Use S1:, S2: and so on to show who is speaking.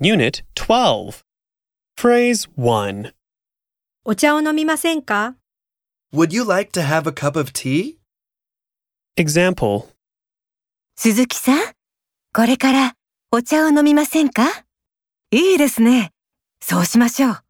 S1: Unit 12. Phrase 1.
S2: お茶を飲みませんか
S3: Would you like to have a cup of tea?
S1: Example
S4: 鈴木さん、これからお茶を飲みませんかいいですね。そうしましょう。